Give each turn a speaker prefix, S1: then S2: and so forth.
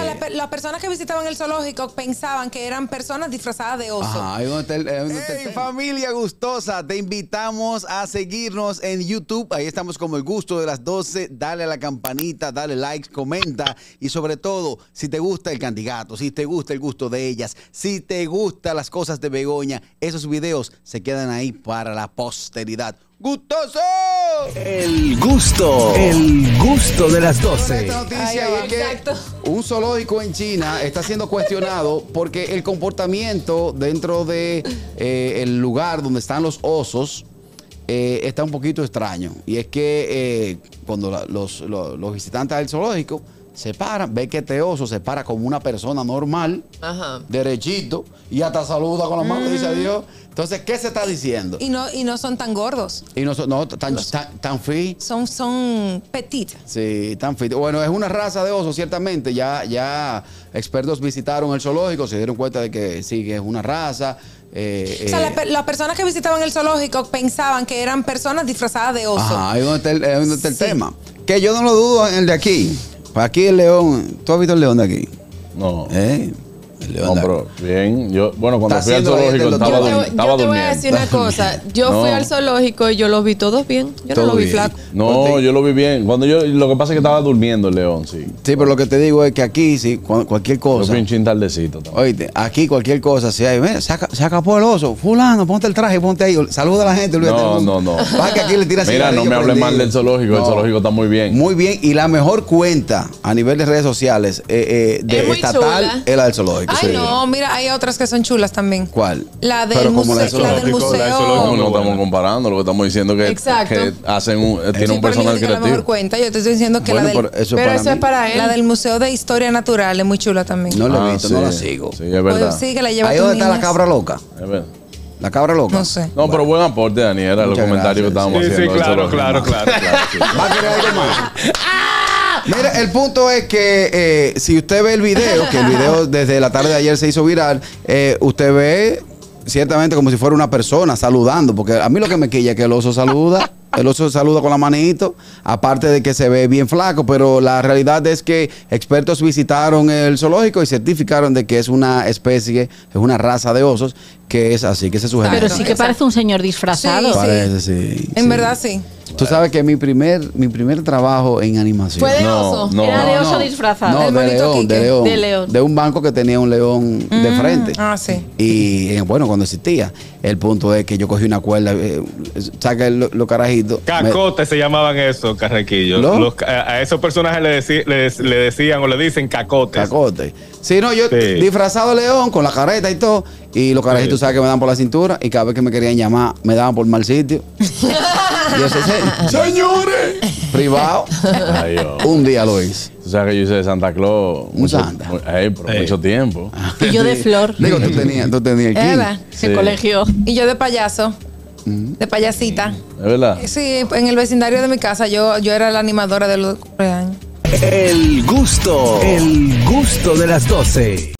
S1: Eh,
S2: las personas que visitaban el zoológico pensaban que eran personas disfrazadas de oso.
S1: Ajá, ahí donde está el- ahí donde está el
S3: Hey,
S1: tema.
S3: familia gustosa, te invitamos a seguirnos en YouTube. Ahí estamos como el gusto de las 12. Dale a la campanita, dale like, comenta. Y sobre todo, si te gusta el candidato, si te gusta el gusto de ellas, si te gustan las cosas de Begoña, esos videos se quedan ahí para la posteridad. ¡Gustoso!
S4: El gusto, el gusto de las
S1: Esta
S4: 12.
S1: noticia
S2: Ahí va.
S1: y es que
S2: Exacto.
S1: un zoológico en China está siendo cuestionado porque el comportamiento dentro de eh, el lugar donde están los osos eh, está un poquito extraño. Y es que eh, cuando la- los, lo- los visitantes del zoológico se paran, ve que este oso se para como una persona normal,
S5: Ajá.
S1: derechito, y hasta saluda con la mano y dice adiós. Entonces, ¿qué se está diciendo?
S2: Mm. Y no, y no son tan gordos.
S1: Y no, so- no tan, tan, tan fit.
S2: Son, son petitas.
S1: Sí, tan fit. Bueno, es una raza de osos, ciertamente. Ya, ya expertos visitaron el zoológico, se dieron cuenta de que sí, que es una raza. eh,
S2: O sea,
S1: eh,
S2: las per- las personas que visitaban el zoológico pensaban que eran personas disfrazadas de oso.
S1: ajá, ahí donde está el, ahí donde está el tema. Que yo no lo dudo en el de aquí. Aquí el león. ¿Tú has visto el león de aquí?
S6: No.
S1: ¿Eh? El león
S6: No,
S1: de
S6: pero bien. Yo, bueno, cuando
S1: Está
S6: fui al
S1: haciendo la dieta
S6: zoológico
S1: del
S6: estaba,
S1: doctor.
S6: dur-
S5: Yo te,
S6: estaba
S5: yo te voy a
S6: durmiendo.
S5: decir una cosa. Yo
S6: No.
S5: fui al zoológico y yo los vi todos bien. Yo
S1: Todo
S5: no los vi
S1: bien.
S5: flacos.
S6: No, yo lo vi bien. Cuando yo, lo que pasa es que estaba durmiendo el león, sí.
S1: Sí, pero lo que te digo es que aquí, sí, cu- cualquier
S6: Yo
S1: cosa.
S6: fui un chin tardecito también.
S1: Oíste, aquí cualquier cosa, si hay, mira, se, aca- se acabó el oso, fulano, ponte el traje, ponte ahí, saluda a la gente. olvídate del
S6: No,
S1: mundo.
S6: no, no.
S1: Va que aquí le tiras
S6: Mira, no me hable mal del zoológico, el zoológico está muy bien.
S1: Muy bien, y la mejor cuenta a nivel de redes sociales eh, eh, de
S5: Es muy
S1: estatal
S5: chula.
S1: es la del zoológico.
S2: Ay,
S1: sí.
S2: no, mira, hay otras que son chulas también.
S1: ¿Cuál?
S2: La del,
S1: Pero como
S2: museo,
S1: la
S2: la,
S1: del
S2: del
S1: zoológico,
S6: la del
S2: museo.
S6: zoológico no estamos comparando, lo que estamos diciendo que,
S5: Exacto.
S6: que hacen un, tiene
S2: Sí,
S6: un
S2: pero
S6: personal
S2: dice que la mejor
S6: creativo.
S2: cuenta, yo te estoy diciendo que
S1: Bueno,
S2: la, del,
S1: pero eso
S5: Pero
S1: para
S5: eso
S1: mí-
S5: es para él.
S2: la del Museo de Historia Natural es muy chula también.
S1: No la
S6: Ah,
S1: he visto, no
S6: sí.
S1: la sigo.
S6: Sí, es verdad.
S2: Pues sí, que la lleva
S1: ahí
S2: tu
S1: donde está la
S2: niñez.
S1: cabra loca.
S6: Es verdad.
S1: La cabra loca.
S2: No sé.
S6: No, pero buen aporte, Dani, era los
S1: Muchas
S6: comentarios que
S1: gracias.
S6: estábamos
S7: Sí, sí,
S6: haciendo. del
S7: claro,
S6: zoológico.
S7: claro, claro,
S6: sí.
S1: Va a querer algo más. Mira, el punto es que eh, si usted ve el video, que el video desde la tarde de ayer se hizo viral, eh, usted ve ciertamente como si fuera una persona saludando, porque a mí lo que me quilla es que el oso saluda, el oso saluda con la manito, aparte de que se ve bien flaco, pero la realidad es que expertos visitaron el zoológico y certificaron de que es una especie, es una raza de osos que es así, que se sujeta.
S8: Pero
S2: Exacto,
S8: sí que parece un señor disfrazado.
S2: Sí, sí.
S1: Parece, sí,
S2: En
S1: sí.
S2: verdad sí.
S1: Tú sabes que mi primer, mi primer trabajo en animación.
S5: Fue de
S6: No,
S5: oso.
S6: no.
S8: Era de
S1: No,
S8: oso
S1: no.
S8: disfrazado.
S1: No,
S2: Del
S1: de
S2: monito
S1: león,
S2: Quique.
S1: de león,
S8: De león. Mm,
S1: De un banco que tenía un león de frente.
S2: ah, sí.
S1: Y eh, bueno, cuando existía, el punto es que yo cogí una cuerda, eh, saca el- los carajitos. me-
S7: Cacote se llamaban eso, carrequillo.
S1: ¿No?
S7: Los ca- a, a esos personajes le, deci- le dec- le decían o le dicen cacotes.
S1: cacote. Sí, no, yo
S7: Sí.
S1: disfrazado de león con la careta y todo. Y los carajitos, ¿sabes? Que me dan por la cintura. Y cada vez que me querían llamar, me daban por mal sitio. Y yo, "Se- ¡Señores! Privado.
S6: Ay, Dios.
S1: Un día lo hice.
S6: Tú sabes que yo hice de Santa Claus
S1: Un
S6: mucho,
S1: Santa.
S6: mu- eh, por
S7: Eh.
S6: mucho tiempo.
S8: Y yo de flor.
S1: Digo, tú tenías, tú tenías el
S2: Es
S1: king.
S2: verdad.
S8: Se
S6: Sí.
S8: colegió.
S2: Y yo de payaso,
S1: Mm.
S2: de payasita.
S6: ¿Es verdad?
S2: Sí, en el vecindario de mi casa yo, yo era la animadora de los cumpleaños.
S4: El gusto, el gusto de las 12.